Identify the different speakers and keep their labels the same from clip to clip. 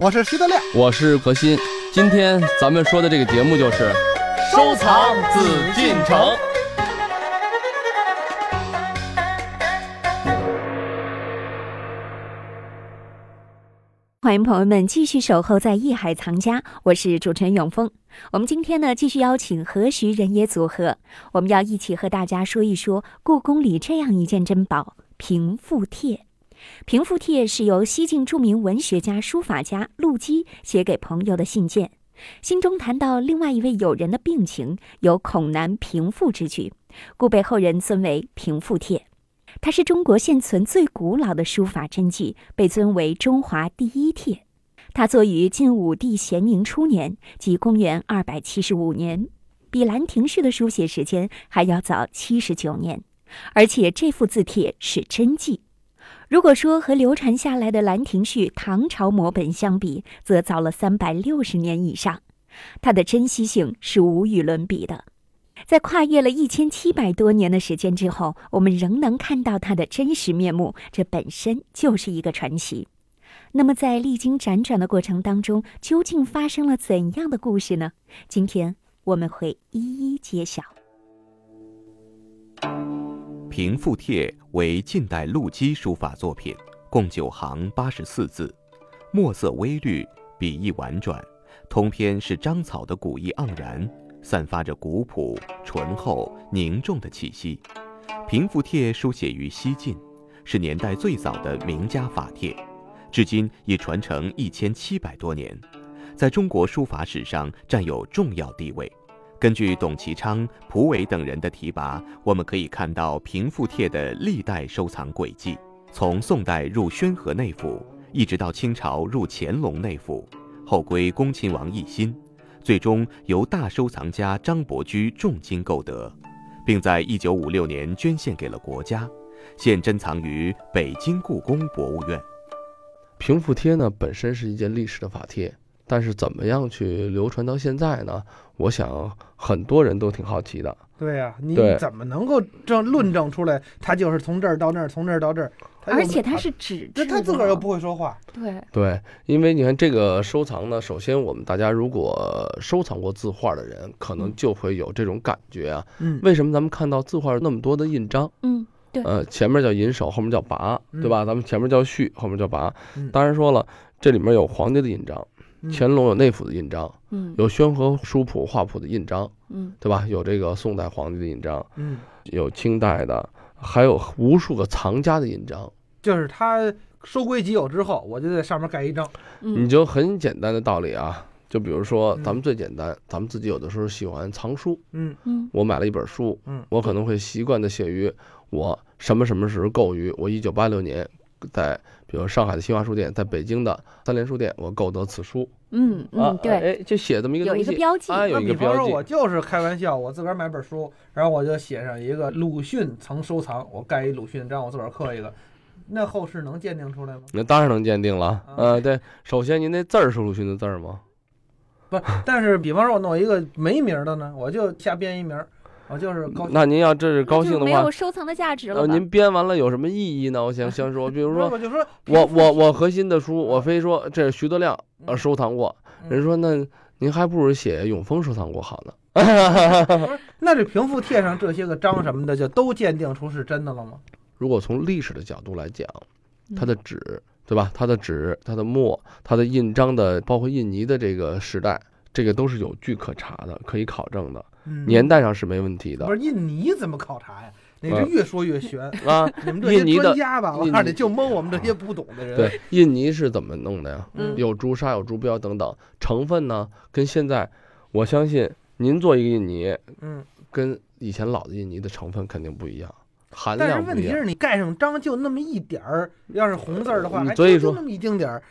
Speaker 1: 我是徐德亮，
Speaker 2: 我是何鑫。今天咱们说的这个节目就是
Speaker 1: 收藏紫禁城。
Speaker 3: 欢迎朋友们继续守候在《艺海藏家》，我是主持人永峰。我们今天呢，继续邀请何许人也组合，我们要一起和大家说一说故宫里这样一件珍宝——平复帖。平复帖是由西晋著名文学家、书法家陆机写给朋友的信件，信中谈到另外一位友人的病情有恐难平复之举，故被后人尊为平复帖。它是中国现存最古老的书法真迹，被尊为中华第一帖。它作于晋武帝咸宁初年，即公元二百七十五年，比《兰亭序》的书写时间还要早七十九年。而且这副字帖是真迹。如果说和流传下来的《兰亭序》唐朝摹本相比，则早了三百六十年以上，它的珍稀性是无与伦比的。在跨越了一千七百多年的时间之后，我们仍能看到它的真实面目，这本身就是一个传奇。那么，在历经辗转的过程当中，究竟发生了怎样的故事呢？今天我们会一一揭晓。
Speaker 4: 平复帖为近代陆机书法作品，共九行八十四字，墨色微绿，笔意婉转，通篇是章草的古意盎然，散发着古朴、醇厚、凝重的气息。平复帖书写于西晋，是年代最早的名家法帖，至今已传承一千七百多年，在中国书法史上占有重要地位。根据董其昌、蒲伟等人的提拔，我们可以看到平复帖的历代收藏轨迹，从宋代入宣和内府，一直到清朝入乾隆内府，后归恭亲王奕欣，最终由大收藏家张伯驹重金购得，并在1956年捐献给了国家，现珍藏于北京故宫博物院。
Speaker 2: 平复帖呢，本身是一件历史的法帖，但是怎么样去流传到现在呢？我想很多人都挺好奇的。
Speaker 1: 对呀、你
Speaker 2: 对
Speaker 1: 怎么能够证论证出来他就是从这儿到那儿，从这儿到这儿？又
Speaker 5: 而且它是纸质
Speaker 1: 这
Speaker 5: 的，
Speaker 1: 他自个儿又不会说话，
Speaker 5: 对，
Speaker 2: 对，因为你看这个收藏呢，首先我们大家如果收藏过字画的人，可能就会有这种感觉啊。
Speaker 1: 嗯，
Speaker 2: 为什么咱们看到字画那么多的印章？
Speaker 3: 嗯，对
Speaker 2: 呃，前面叫银首，后面叫跋，对吧？咱们前面叫序，后面叫跋
Speaker 1: 嗯。
Speaker 2: 当然说了，这里面有皇帝的印章，
Speaker 1: 嗯
Speaker 2: 乾隆有内府的印章，
Speaker 5: 嗯
Speaker 2: 有宣和书谱、画谱的印章，
Speaker 5: 嗯，
Speaker 2: 对吧？有这个宋代皇帝的印章，
Speaker 1: 嗯，
Speaker 2: 有清代的，还有无数个藏家的印章。
Speaker 1: 就是他收归己有之后，我就在上面盖一章，
Speaker 2: 你
Speaker 5: 嗯
Speaker 2: 就很简单的道理啊，就比如说
Speaker 1: 嗯
Speaker 2: 咱们最简单，咱们自己有的时候喜欢藏书，
Speaker 1: 嗯
Speaker 5: 嗯
Speaker 2: 我买了一本书，
Speaker 1: 嗯
Speaker 2: 我可能会习惯的写于我什么什么时候购于我一九八六年在比如上海的新华书店，在北京的三联书店，我购得此书
Speaker 5: 嗯
Speaker 2: 啊
Speaker 5: 嗯，，对，
Speaker 2: 哎，就写这么一个
Speaker 5: 有
Speaker 2: 东
Speaker 5: 一
Speaker 2: 西，
Speaker 5: 个标记，嗯
Speaker 2: 啊，
Speaker 1: 那
Speaker 2: 有一
Speaker 1: 比
Speaker 2: 个
Speaker 1: 方
Speaker 2: 标
Speaker 1: 说，
Speaker 2: 记，
Speaker 1: 我就是开玩笑，我自个儿买本书，然后我就写上一个鲁迅曾收藏，我盖一鲁迅章，我自个儿刻一个，那后世能鉴定出来吗？
Speaker 2: 那当然能鉴定了
Speaker 1: 啊，
Speaker 2: 呃，对，首先您那字儿是鲁迅的字儿吗？
Speaker 1: 不是，但是比方说，我弄一个没名儿的呢，我就瞎编一名儿，我就是高兴。
Speaker 2: 那您要这是高兴
Speaker 5: 那就
Speaker 2: 的
Speaker 5: 没
Speaker 2: 话
Speaker 5: 有，收藏的价值了
Speaker 2: 呃，
Speaker 5: 吧？
Speaker 2: 您编完了有什么意义呢？我想先说，比如
Speaker 1: 不
Speaker 2: 说
Speaker 1: 是我就说
Speaker 2: 我我我核心的书，我非说这是徐德亮呃
Speaker 1: 嗯
Speaker 2: 收藏过，
Speaker 1: 嗯
Speaker 2: 人说那您还不如写永丰收藏过好呢。
Speaker 1: 不是，那这平复贴上这些个章什么的，就都鉴定出是真的了吗？
Speaker 2: 如果从历史的角度来讲，
Speaker 5: 嗯
Speaker 1: 嗯
Speaker 2: 它的纸对吧？它的纸、它的墨、它的印章的，包括印泥的这个时代，这个都是有据可查的，可以考证的，
Speaker 1: 嗯
Speaker 2: 年代上是没问题的
Speaker 1: 不是印尼怎么考察呀？你这
Speaker 2: 嗯
Speaker 1: 越说越 悬，
Speaker 2: 啊。
Speaker 1: 你们这些
Speaker 2: 印尼的
Speaker 1: 专家吧，我告诉
Speaker 2: 印尼啊
Speaker 1: 你，就蒙我们这些不懂的人。
Speaker 2: 对，印泥是怎么弄的呀？
Speaker 1: 嗯
Speaker 2: 有朱砂、有朱标等等成分呢，跟现在我相信您做一个印泥，
Speaker 1: 嗯，
Speaker 2: 跟以前老的印泥的成分肯定不一样，含
Speaker 1: 但是
Speaker 2: 啊量
Speaker 1: 问
Speaker 2: 不一
Speaker 1: 题
Speaker 2: 样
Speaker 1: 是。你盖上章就那么一点儿，要是红字儿的话，
Speaker 2: 嗯
Speaker 1: 还
Speaker 2: 所以
Speaker 1: 就就
Speaker 2: 说
Speaker 1: 那么一丁点儿。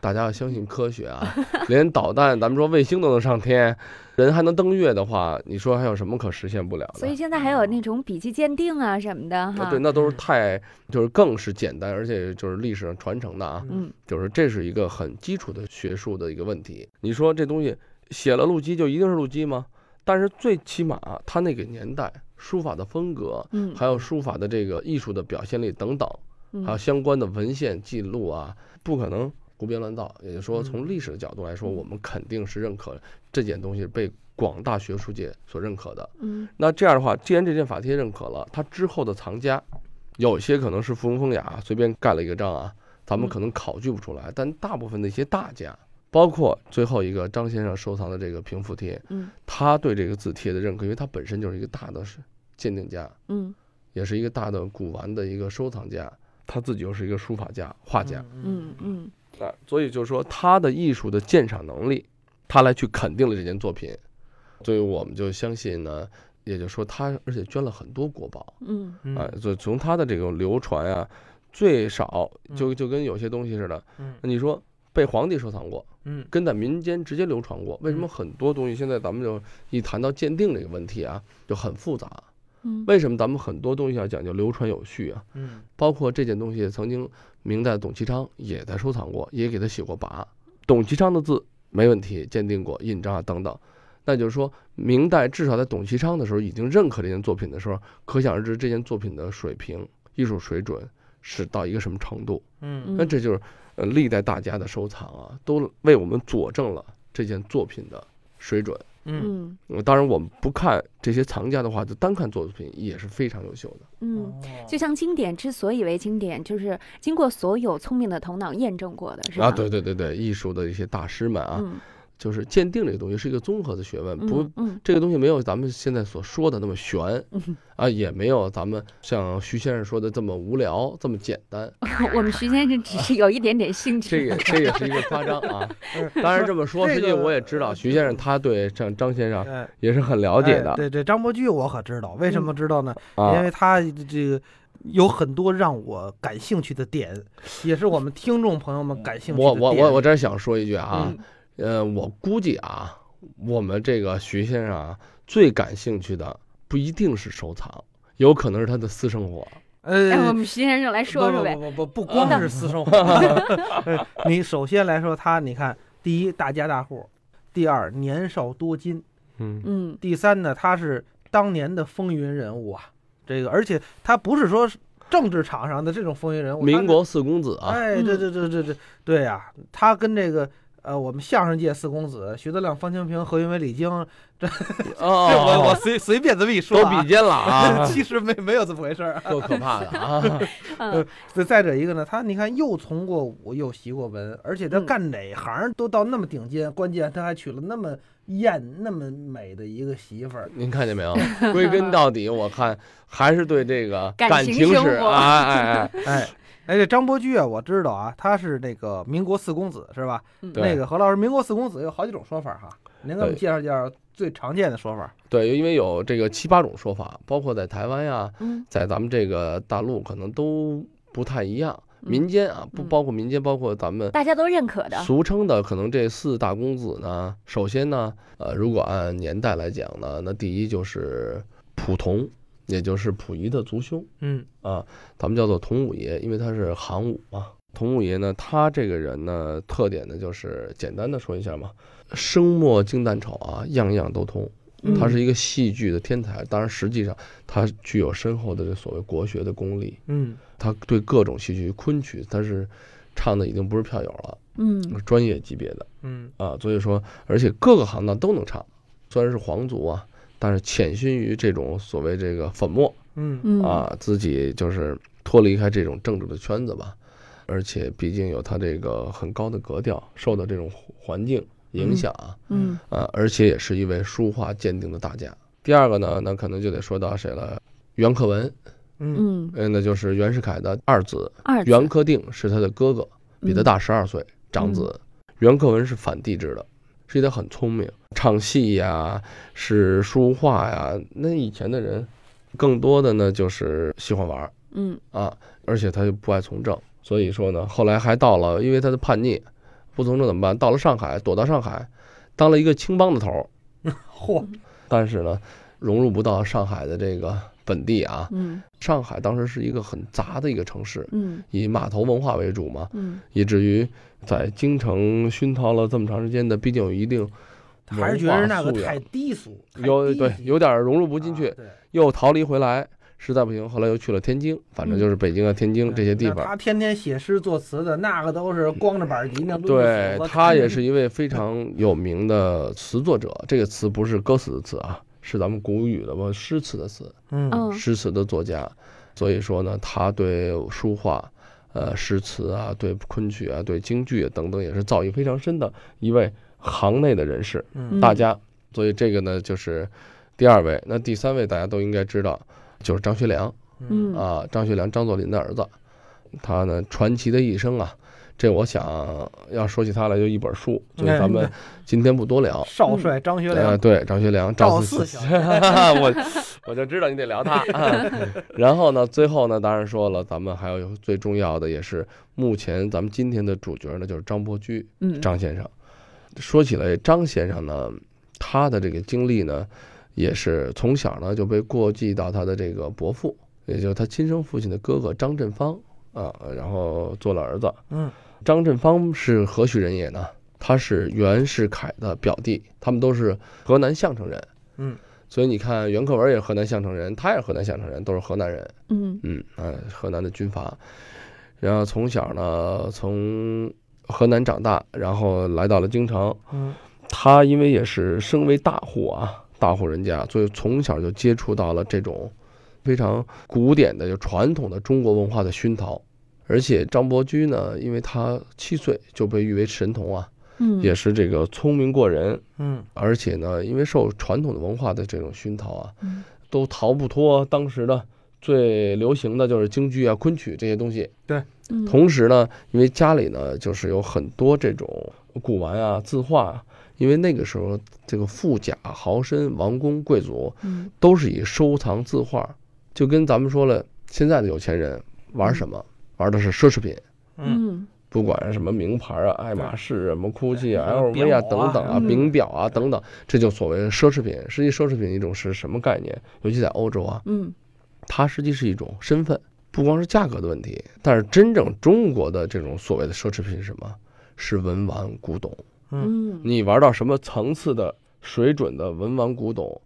Speaker 2: 大家要相信科学啊！连导弹，咱们说卫星都能上天，人还能登月的话，你说还有什么可实现不了的？
Speaker 5: 所以现在还有那种笔记鉴定啊什么的
Speaker 2: 啊
Speaker 5: 哈
Speaker 2: 对，，那都
Speaker 1: 嗯
Speaker 2: 是太就是更是简单，而且就是历史上传承的啊，
Speaker 5: 嗯
Speaker 2: 就是这是一个很基础的学术的一个问题。你说这东西写了陆机就一定是陆机吗？但是最起码它那个年代书法的风格，
Speaker 5: 嗯
Speaker 2: 还有书法的这个艺术的表现力等等，
Speaker 5: 嗯
Speaker 2: 还有相关的文献记录啊，不可能胡编乱造。也就是说，
Speaker 1: 嗯
Speaker 2: 从历史的角度来说，
Speaker 5: 嗯
Speaker 2: 我们肯定是认可这件东西被广大学术界所认可的。
Speaker 5: 嗯
Speaker 2: 那这样的话，既然这件法帖认可了，它之后的藏家，有些可能是扶风风雅啊随便盖了一个章啊，咱
Speaker 5: 嗯
Speaker 2: 们可能考据不出来，但大部分的一些大家，包括最后一个张先生收藏的这个平复帖，
Speaker 5: 嗯
Speaker 2: 他对这个字帖的认可，因为他本身就是一个大的鉴定家，
Speaker 5: 嗯
Speaker 2: 也是一个大的古玩的一个收藏家，他自己又是一个书法家、画家，
Speaker 5: 嗯嗯
Speaker 2: 啊，所以就是说他的艺术的鉴赏能力，他来去肯定了这件作品，所以我们就相信呢，也就是说他而且捐了很多国宝
Speaker 5: 嗯
Speaker 1: 嗯
Speaker 2: 啊，就从他的这种流传啊，最少就
Speaker 1: 嗯
Speaker 2: 就跟有些东西似的，
Speaker 1: 嗯
Speaker 2: 那你说被皇帝收藏过，
Speaker 1: 嗯
Speaker 2: 跟在民间直接流传过，为什么
Speaker 1: 嗯
Speaker 2: 很多东西现在咱们就一谈到鉴定这个问题啊，就很复杂？
Speaker 5: 嗯
Speaker 2: 为什么咱们很多东西要讲究流传有序啊？
Speaker 1: 嗯
Speaker 2: 包括这件东西，曾经明代的董其昌也在收藏过，也给他写过跋。董其昌的字没问题，鉴定过印章啊等等。那就是说，明代至少在董其昌的时候已经认可这件作品的时候，可想而知这件作品的水平、艺术水准是到一个什么程度。
Speaker 1: 嗯
Speaker 2: 那这就是呃，历代大家的收藏啊，都为我们佐证了这件作品的水准。
Speaker 1: 嗯
Speaker 5: 嗯
Speaker 2: 嗯，当然，我们不看这些藏家的话，就单看作品也是非常优秀的。
Speaker 5: 嗯，
Speaker 1: 嗯
Speaker 5: 就像经典之所以为经典，就是经过所有聪明的头脑验证过的，是吧？
Speaker 2: 啊，对对对对，艺术的一些大师们啊，
Speaker 5: 嗯
Speaker 2: 就是鉴定这个东西是一个综合的学问，不，
Speaker 5: 嗯嗯
Speaker 2: 这个东西没有咱们现在所说的那么玄
Speaker 5: 嗯，
Speaker 2: 啊，也没有咱们像徐先生说的这么无聊这么简 单。
Speaker 5: 我们徐先生只是有一点点兴
Speaker 2: 这
Speaker 5: 趣。
Speaker 2: 也这也是一个夸张 啊。
Speaker 1: 嗯
Speaker 2: 当然这么说，
Speaker 1: 这
Speaker 2: 实际
Speaker 1: 个
Speaker 2: 我也知道徐先生他对像张先生
Speaker 1: 哎
Speaker 2: 也是很了解
Speaker 1: 哎
Speaker 2: 的
Speaker 1: 对对，张伯驹我可知道，为什么知道呢？因
Speaker 2: 啊。
Speaker 1: 为他这个有很多让我感兴趣的点，也是我们听众朋友们感兴趣
Speaker 2: 我
Speaker 1: 的点。
Speaker 2: 我我我这儿想说一句啊
Speaker 1: 嗯，
Speaker 2: 呃，我估计啊，我们这个徐先生啊，最感兴趣的不一定是收藏，有可能是他的私生活。
Speaker 5: 哎，我
Speaker 1: 呃，
Speaker 5: 们徐先生来说说呗。
Speaker 1: 不不不不不光是私 生活，呃你首先来说他，你看，第一大家大户，第二年少多金，
Speaker 2: 嗯
Speaker 5: 嗯
Speaker 1: 第三呢，他是当年的风云人物啊。这个，而且他不是说是政治场上的这种风云人物，他
Speaker 2: 民
Speaker 1: 是
Speaker 2: 国四公子啊，
Speaker 1: 哎，对
Speaker 5: 嗯
Speaker 1: 对对对对对呀、他跟这个呃，我们相声界四公子徐德亮、方清平、何云伟、李菁，这我我
Speaker 2: 哦，
Speaker 1: 随随便这么一说、
Speaker 2: 都
Speaker 1: 啊，，
Speaker 2: 比肩了 啊
Speaker 1: 其实没没有这么回事 儿啊。
Speaker 2: 够可怕的啊！
Speaker 5: 嗯
Speaker 1: 再再者一个呢，他你看又从过武又习过文，而且他
Speaker 5: 嗯
Speaker 1: 干哪行都到那么顶尖，关键他还娶了那么艳、那么美的一个媳妇 儿。
Speaker 2: 您看见没有？归根到底，我看还是对这个
Speaker 5: 感
Speaker 2: 感
Speaker 5: 情
Speaker 2: 情
Speaker 5: 生
Speaker 2: 史，
Speaker 5: 活
Speaker 2: 哎哎哎，
Speaker 1: 哎哎，这张伯驹啊，我知道啊，他是那个民国四公子是吧？
Speaker 5: 嗯
Speaker 2: 对
Speaker 1: 那个何老师，民国四公子有好几种说法哈，您给我们
Speaker 2: 对
Speaker 1: 介绍介绍最常见的说法。
Speaker 2: 对，因为有这个七八种说法，包括在台湾呀，
Speaker 5: 嗯
Speaker 2: 在咱们这个大陆可能都不太一样。
Speaker 5: 嗯
Speaker 2: 民间啊，不
Speaker 5: 嗯
Speaker 2: 包括民间，包括咱们
Speaker 5: 大家都认可的。
Speaker 2: 俗称的可能这四大公子呢，首先呢，呃，如果按年代来讲呢，那第一就是溥同，也就是溥仪的族兄。
Speaker 1: 嗯
Speaker 2: 啊，咱们叫做同五爷，因为他是行伍嘛。同五爷呢，他这个人呢，特点呢就是简单的说一下嘛，生墨净淡丑啊，样样都通。
Speaker 5: 嗯
Speaker 2: 他是一个戏剧的天才，当然实际上他具有深厚的这所谓国学的功力。
Speaker 1: 嗯
Speaker 2: 他对各种戏剧、昆曲，他是唱的已经不是票友了，
Speaker 5: 嗯
Speaker 2: 是专业级别的
Speaker 1: 嗯
Speaker 2: 啊。所以说，而且各个行当都能唱，虽然是皇族啊，但是潜心于这种所谓这个粉墨。
Speaker 1: 嗯
Speaker 5: 嗯
Speaker 2: 啊，自己就是脱离开这种政治的圈子吧，而且毕竟有他这个很高的格调，受到这种环境影响啊，
Speaker 5: 嗯
Speaker 2: 啊，而且也是一位书画鉴定的大家。第二个呢，那可能就得说到谁了，袁克文，
Speaker 1: 嗯
Speaker 5: 嗯
Speaker 2: 嗯，那就是袁世凯的二子，
Speaker 5: 二
Speaker 2: 袁克定是他的哥哥，比他
Speaker 5: 嗯
Speaker 2: 大十二岁，长子。袁克文是反帝制的，实际他很聪明，唱戏呀，是书画呀。那以前的人，更多的呢就是喜欢玩儿
Speaker 5: 嗯
Speaker 2: 啊，而且他又不爱从政，所以说呢，后来还到了，因为他的叛逆，不从政怎么办？到了上海，躲到上海，当了一个青帮的头儿，
Speaker 1: 嚯，
Speaker 2: 但是呢，融入不到上海的这个本地啊。
Speaker 5: 嗯
Speaker 2: 上海当时是一个很杂的一个城市，
Speaker 5: 嗯
Speaker 2: 以码头文化为主嘛，
Speaker 5: 嗯
Speaker 2: 以至于在京城熏陶了这么长时间的，毕竟有一定
Speaker 1: 还是觉得那
Speaker 2: 文化
Speaker 1: 个
Speaker 2: 素养
Speaker 1: 太低俗，太
Speaker 2: 有
Speaker 1: 低
Speaker 2: 对
Speaker 1: 级啊
Speaker 2: 有点融入不进去
Speaker 1: 啊，对
Speaker 2: 又逃离回来，实在不行，后来又去了天津，反正就是北京啊、天津这些地
Speaker 1: 嗯那
Speaker 2: 方。
Speaker 1: 他天天写诗作词的，那个都是光着板儿泥那抡着
Speaker 2: 对
Speaker 1: 手和
Speaker 2: 他也是一位非常有名的词作者，这个词不是歌词的词啊，是咱们古语的吧，诗词的词，
Speaker 1: 嗯
Speaker 5: 嗯
Speaker 2: 诗词的作家。所以说呢，他对书画、呃诗词啊，对昆曲啊，对京剧啊等等，也是造诣非常深的一位行内的人士。
Speaker 1: 嗯
Speaker 2: 大家。所以这个呢，就是第二位。那第三位大家都应该知道，就是张学良
Speaker 1: 嗯
Speaker 5: 嗯
Speaker 2: 啊，张学良张作霖的儿子，他呢传奇的一生啊。这我想要说起他来，就一本书，所以
Speaker 1: 哎
Speaker 2: 咱们今天不多聊。
Speaker 1: 少帅张学
Speaker 2: 呃，
Speaker 1: 良，
Speaker 2: 对，张学良、
Speaker 1: 赵
Speaker 2: 赵
Speaker 1: 四
Speaker 2: 四
Speaker 1: 小
Speaker 2: 我我就知道你得聊他。 啊然后呢，最后呢，当然说了，咱们还有最重要的，也是目前咱们今天的主角呢，就是张伯驹。
Speaker 5: 嗯
Speaker 2: 张先生。说起来，张先生呢，他的这个经历呢，也是从小呢就被过继到他的这个伯父，也就是他亲生父亲的哥哥张振芳啊，然后做了儿子。
Speaker 1: 嗯，
Speaker 2: 张振芳是何许人也呢？他是袁世凯的表弟，他们都是河南项城人。
Speaker 1: 嗯，
Speaker 2: 所以你看，袁克文也是河南项城人，他也是河南项城人，都是河南人。
Speaker 5: 嗯
Speaker 2: 嗯，呃，河南的军阀。然后从小呢，从河南长大，然后来到了京城。
Speaker 1: 嗯
Speaker 2: 他因为也是身为大户啊，大户人家，所以从小就接触到了这种非常古典的、就传统的中国文化的熏陶。而且张伯驹呢，因为他七岁就被誉为神童啊，
Speaker 5: 嗯
Speaker 2: 也是这个聪明过人，
Speaker 1: 嗯
Speaker 2: 而且呢，因为受传统的文化的这种熏陶啊，
Speaker 5: 嗯
Speaker 2: 都逃不脱当时的最流行的就是京剧啊、昆曲这些东西。
Speaker 5: 嗯
Speaker 2: 同时呢，因为家里呢就是有很多这种古玩啊、字画啊，因为那个时候这个富甲豪绅、王公贵族
Speaker 5: 嗯
Speaker 2: 都是以收藏字画，就跟咱们说了，现在的有钱人玩什么？玩的是奢侈品。
Speaker 1: 嗯
Speaker 5: 嗯
Speaker 2: 不管是什么名牌啊，爱马仕、什么 GUCCI 啊、
Speaker 1: 对表
Speaker 2: LV 啊
Speaker 1: 啊
Speaker 2: 等等啊，
Speaker 5: 嗯
Speaker 2: 名表啊等等，这就所谓的奢侈品。实际奢侈品一种是什么概念？尤其在欧洲啊，
Speaker 5: 嗯
Speaker 2: 它实际是一种身份，不光是价格的问题。但是真正中国的这种所谓的奢侈品是什么？是文玩古董。
Speaker 5: 嗯
Speaker 2: 你玩到什么层次的水准的文玩古董，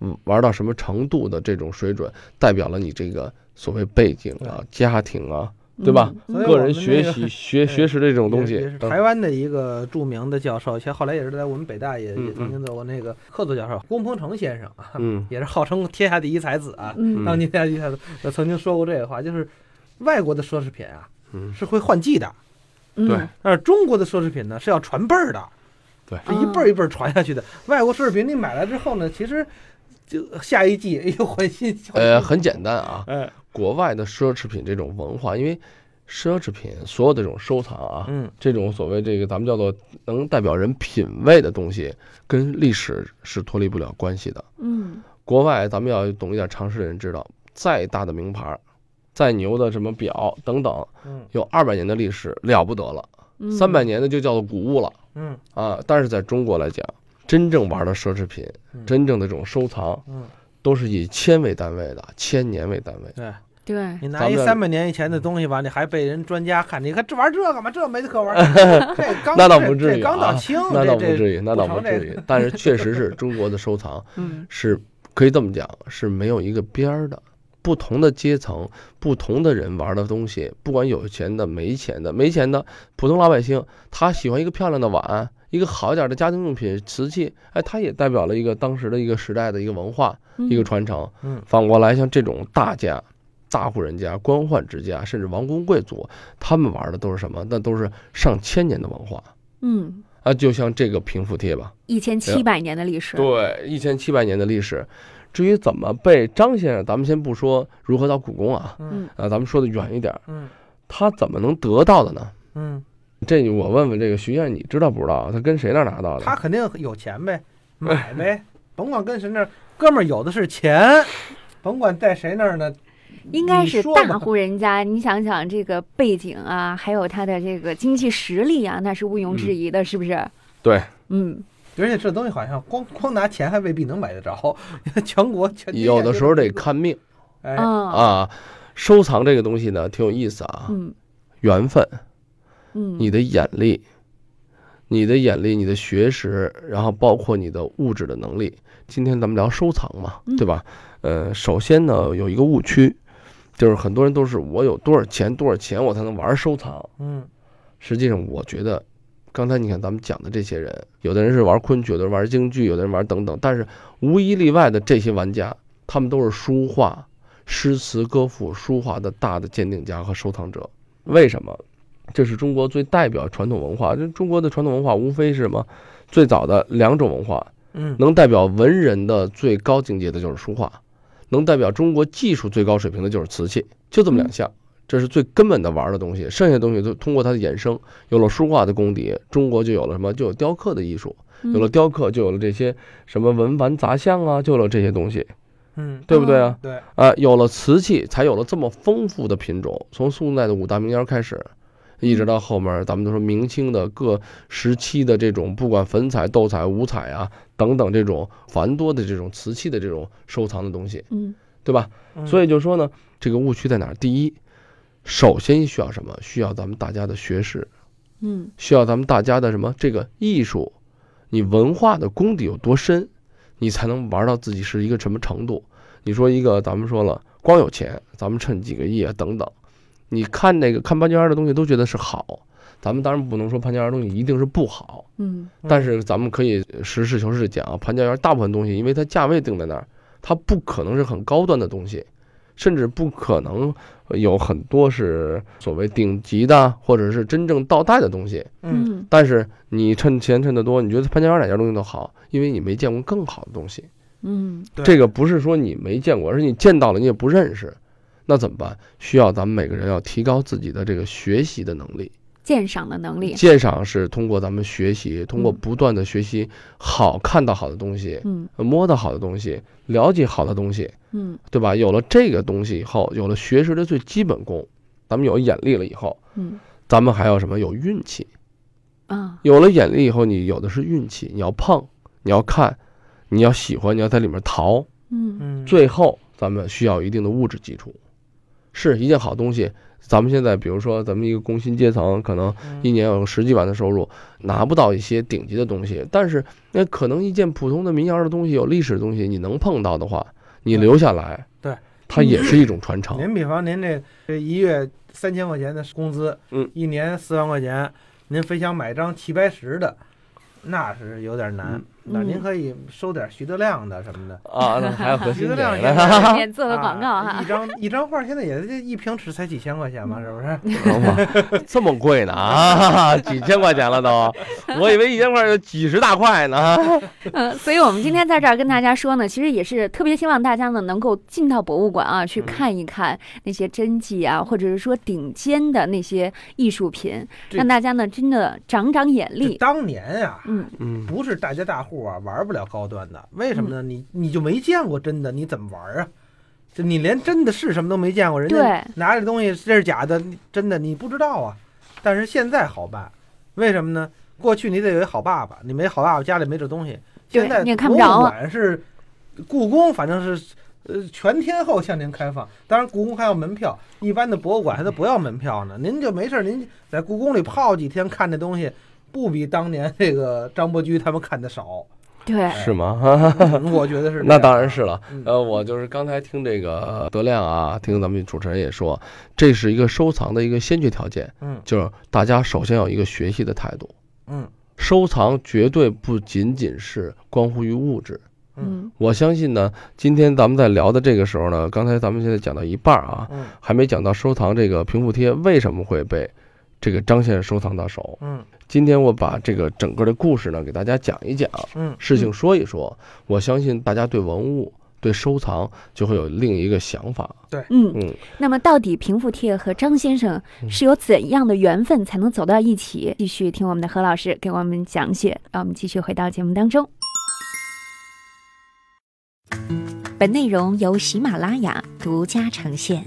Speaker 2: 嗯，玩到什么程度的这种水准，代表了你这个所谓背景啊、家庭啊、对吧
Speaker 5: 嗯
Speaker 1: 所以
Speaker 2: 个
Speaker 1: 我
Speaker 2: 人
Speaker 1: 们
Speaker 2: 学
Speaker 1: 那个
Speaker 2: 习、学
Speaker 1: 对
Speaker 2: 学识的这种东西
Speaker 1: 也是也。是
Speaker 2: 嗯
Speaker 1: 台湾的一个著名的教授，其实后来也是在我们北大也
Speaker 2: 嗯
Speaker 1: 也曾经做过那个客座教授龚鹏程先生啊，
Speaker 2: 嗯
Speaker 1: 也是号称天下第一才子啊，
Speaker 5: 嗯
Speaker 1: 当今天下第一才子，呃曾经说过这个话，就是外国的奢侈品啊
Speaker 2: 嗯
Speaker 1: 是会换季的，
Speaker 5: 嗯
Speaker 2: 对
Speaker 1: 但是中国的奢侈品呢是要传辈儿的，
Speaker 2: 对
Speaker 1: 是一辈儿一辈儿传下去的。外国奢侈品你买来之后呢，其实就下一季又换新，换新
Speaker 2: 呃，很简单啊，
Speaker 1: 哎，
Speaker 2: 国外的奢侈品这种文化，因为奢侈品所有的这种收藏啊，
Speaker 1: 嗯
Speaker 2: 这种所谓这个咱们叫做能代表人品味的东西，跟历史是脱离不了关系的。
Speaker 5: 嗯
Speaker 2: 国外咱们要懂一点常识的人知道，再大的名牌儿，再牛的什么表等等，
Speaker 1: 嗯
Speaker 2: 有二百年的历史了不得了，
Speaker 3: 嗯
Speaker 2: 三百年的就叫做古物了
Speaker 1: 嗯
Speaker 2: 啊。但是在中国来讲，真正玩的奢侈品，
Speaker 1: 嗯
Speaker 2: 真正的这种收藏，
Speaker 1: 嗯，
Speaker 2: 都是以千为单位的，千年为单位。
Speaker 1: 对
Speaker 5: 对
Speaker 1: 你拿
Speaker 2: 咱
Speaker 1: 一
Speaker 2: 们
Speaker 1: 三百年以前的东西吧，你还被人专家看，你看这玩这干嘛？这没得可玩， 这刚
Speaker 2: 那倒不至于啊
Speaker 1: 这刚到清，
Speaker 2: 那倒不
Speaker 1: 这这
Speaker 2: 至于，那倒不至于。但是确实是中国的收藏
Speaker 5: 嗯
Speaker 2: 是可以这么讲，是没有一个边儿的。不同的阶层、不同的人玩的东西，不管有钱的、没钱的，没钱的普通老百姓，他喜欢一个漂亮的碗，一个好一点的家庭用品、瓷器，哎，它也代表了一个当时的一个时代的一个文化、一个传承。
Speaker 1: 嗯
Speaker 2: 反过来，像这种大家、大户人家、官宦之家，甚至王公贵族，他们玩的都是什么？那都是上千年的文化。
Speaker 5: 嗯
Speaker 2: 啊，就像这个平复贴吧，
Speaker 3: 一千
Speaker 2: 啊
Speaker 3: 七百年的历史，
Speaker 2: 对，一千七百年的历史。至于怎么被张先生，咱们先不说如何到故宫啊，
Speaker 1: 嗯
Speaker 2: 啊，咱们说的远一点儿，
Speaker 1: 嗯
Speaker 2: 他怎么能得到的呢？
Speaker 1: 嗯，
Speaker 2: 这我问问这个徐燕，你知道不知道？他跟谁那儿拿到的？
Speaker 1: 他肯定有钱
Speaker 2: 哎
Speaker 1: 呗，买呗，甭管跟谁那儿，哥们儿有的是钱，甭管在谁那儿呢，
Speaker 3: 应该
Speaker 1: 你
Speaker 3: 是
Speaker 1: 说
Speaker 3: 大
Speaker 1: 吧
Speaker 3: 户人家。你想想这个背景啊，还有他的这个经济实力啊，那是毋庸置疑的，是不是？
Speaker 2: 嗯对，
Speaker 3: 嗯，
Speaker 1: 而且这东西好像光光拿钱还未必能买得着， 全国全天下
Speaker 2: 有的时候
Speaker 1: 就
Speaker 2: 得
Speaker 1: 是
Speaker 2: 看命
Speaker 1: 哎，
Speaker 3: 啊，
Speaker 2: 啊。收藏这个东西呢，挺有意思啊，
Speaker 3: 嗯
Speaker 2: 缘分、
Speaker 3: 嗯，
Speaker 2: 你的眼力、你的眼力、你的学识，然后包括你的物质的能力。今天咱们聊收藏嘛，对吧？呃，首先呢，有一个误区，就是很多人都是我有多少钱，多少钱我才能玩收藏。
Speaker 1: 嗯
Speaker 2: 实际上，我觉得，刚才你看咱们讲的这些人，有的人是玩昆曲，有的人玩京剧，有的人玩等等，但是无一例外的这些玩家，他们都是书画、诗词歌赋、书画的大的鉴定家和收藏者。为什么？这是中国最代表传统文化。就中国的传统文化无非是什么？最早的两种文化，
Speaker 1: 嗯
Speaker 2: 能代表文人的最高境界的就是书画，能代表中国技术最高水平的就是瓷器，就这么两项，这是最根本的玩的东西。剩下的东西都通过它的衍生，有了书画的功底，中国就有了什么？就有雕刻的艺术，
Speaker 3: 嗯
Speaker 2: 有了雕刻，就有了这些什么文玩杂项啊，就有了这些东西，
Speaker 1: 嗯，
Speaker 2: 对不对啊？
Speaker 1: 对，
Speaker 2: 啊，有了瓷器，才有了这么丰富的品种。从宋代的五大名窑开始，一直到后面儿，咱们都说明清的各时期的这种，不管粉彩、斗彩、五彩啊等等这种繁多的这种瓷器的这种收藏的东西，
Speaker 5: 嗯
Speaker 2: 对吧？
Speaker 1: 嗯
Speaker 2: 所以就说呢，这个误区在哪儿？第一，首先需要什么？需要咱们大家的学识，
Speaker 5: 嗯
Speaker 2: 需要咱们大家的什么？这个艺术，你文化的功底有多深，你才能玩到自己是一个什么程度？你说一个，咱们说了，光有钱，咱们趁几个亿啊等等，你看那个看潘家园的东西都觉得是好，咱们当然不能说潘家园的东西一定是不好，
Speaker 5: 嗯
Speaker 2: 但是咱们可以实事求是讲啊，潘家园大部分东西，因为它价位定在那儿，它不可能是很高端的东西，甚至不可能有很多是所谓顶级的或者是真正倒带的东西。
Speaker 1: 嗯
Speaker 5: 嗯
Speaker 2: 但是你趁钱趁得多，你觉得潘家园哪家东西都好，因为你没见过更好的东西。
Speaker 5: 嗯
Speaker 1: 对
Speaker 2: 这个不是说你没见过，而是你见到了你也不认识，那怎么办？需要咱们每个人要提高自己的这个学习的能力。
Speaker 5: 鉴赏的能力，
Speaker 2: 鉴赏是通过咱们学习，通过
Speaker 5: 嗯
Speaker 2: 不断的学习好看到好的东西，
Speaker 5: 嗯
Speaker 2: 摸到好的东西，了解好的东西，
Speaker 5: 嗯
Speaker 2: 对吧？有了这个东西以后，有了学识的最基本功，咱们有眼力了以后，
Speaker 5: 嗯
Speaker 2: 咱们还要什么？有运气。
Speaker 3: 嗯
Speaker 5: 啊
Speaker 2: 有了眼力以后，你有的是运气，你要碰，你要看，你要喜欢，你要在里面淘。
Speaker 5: 嗯
Speaker 1: 嗯
Speaker 2: 最后，咱们需要一定的物质基础，是一件好东西。咱们现在，比如说咱们一个工薪阶层，可能
Speaker 1: 嗯
Speaker 2: 一年有十几万的收入，拿不到一些顶级的东西，但是那可能一件普通的民谣的东西，有历史的东西，你能碰到的话，你
Speaker 1: 对
Speaker 2: 留下来，
Speaker 1: 对，
Speaker 2: 它也是一种传承。
Speaker 1: 您比方您这这一月三千块钱的工资，
Speaker 2: 嗯，
Speaker 1: 一年四万块钱，您非想买张齐白石的，那是有点难
Speaker 2: 嗯。
Speaker 1: 那您
Speaker 5: 嗯
Speaker 1: 可以收点徐德亮的什么的，
Speaker 2: 啊，那还有核
Speaker 1: 徐
Speaker 2: 心
Speaker 1: 德
Speaker 2: 点
Speaker 1: 亮
Speaker 2: 呢
Speaker 1: 现。在
Speaker 5: 嗯，免做个广告
Speaker 1: 啊
Speaker 5: 哈
Speaker 1: 一，张 一张画现在也就一平尺才几千块钱
Speaker 5: 嗯
Speaker 1: 嘛，是不是？
Speaker 2: 哇这么贵呢啊！几千块钱了都，我以为一千块有几十大块呢。
Speaker 5: 嗯，所以我们今天在这儿跟大家说呢，其实也是特别希望大家呢能够进到博物馆啊，去
Speaker 1: 嗯
Speaker 5: 看一看那些真迹啊，或者是说顶尖的那些艺术品，
Speaker 1: 这
Speaker 5: 让大家呢真的长长眼
Speaker 1: 这
Speaker 5: 力。
Speaker 1: 当年啊，
Speaker 5: 嗯
Speaker 2: 嗯，
Speaker 1: 不是大家大户啊，玩不了高端的。为什
Speaker 5: 嗯
Speaker 1: 么呢？你你就没见过真的，你怎么玩啊？就你连真的是什么都没见过，人家
Speaker 5: 对
Speaker 1: 拿着东西这是假的，你真的你不知道啊。但是现在好办，为什么呢？过去你得有一好爸爸，你没好爸爸家里没这东西。
Speaker 5: 对
Speaker 1: 现在
Speaker 5: 你也看
Speaker 1: 博
Speaker 5: 不
Speaker 1: 物
Speaker 5: 着
Speaker 1: 馆是故宫，反正是呃全天候向您开放。当然，故宫还要门票，一般的博物馆还都不要门票呢。您就没事儿，您在故宫里泡几天看这东西，不比当年这个张伯驹他们看的少。
Speaker 5: 对，
Speaker 2: 是吗？
Speaker 1: 嗯我觉得是这样。
Speaker 2: 那当然是了。
Speaker 1: 嗯。
Speaker 2: 呃，我就是刚才听这个德亮啊，听咱们主持人也说，这是一个收藏的一个先决条件，
Speaker 1: 嗯
Speaker 2: 就是大家首先有一个学习的态度。
Speaker 1: 嗯
Speaker 2: 收藏绝对不仅仅是关乎于物质。
Speaker 5: 嗯
Speaker 2: 我相信呢，今天咱们在聊的这个时候呢，刚才咱们现在讲到一半儿啊，
Speaker 1: 嗯
Speaker 2: 还没讲到收藏这个平复贴为什么会被这个张先生收藏到手。
Speaker 1: 嗯
Speaker 2: 今天我把这个整个的故事呢给大家讲一讲，
Speaker 1: 嗯
Speaker 2: 事情说一说。我相信大家对文物、对收藏就会有另一个想法。
Speaker 5: 嗯，
Speaker 2: 嗯，
Speaker 5: 那么到底平复帖和张先生是有怎样的缘分才能走到一起？继续听我们的何老师给我们讲解，让我们继续回到节目当中。
Speaker 3: 本内容由喜马拉雅独家呈现。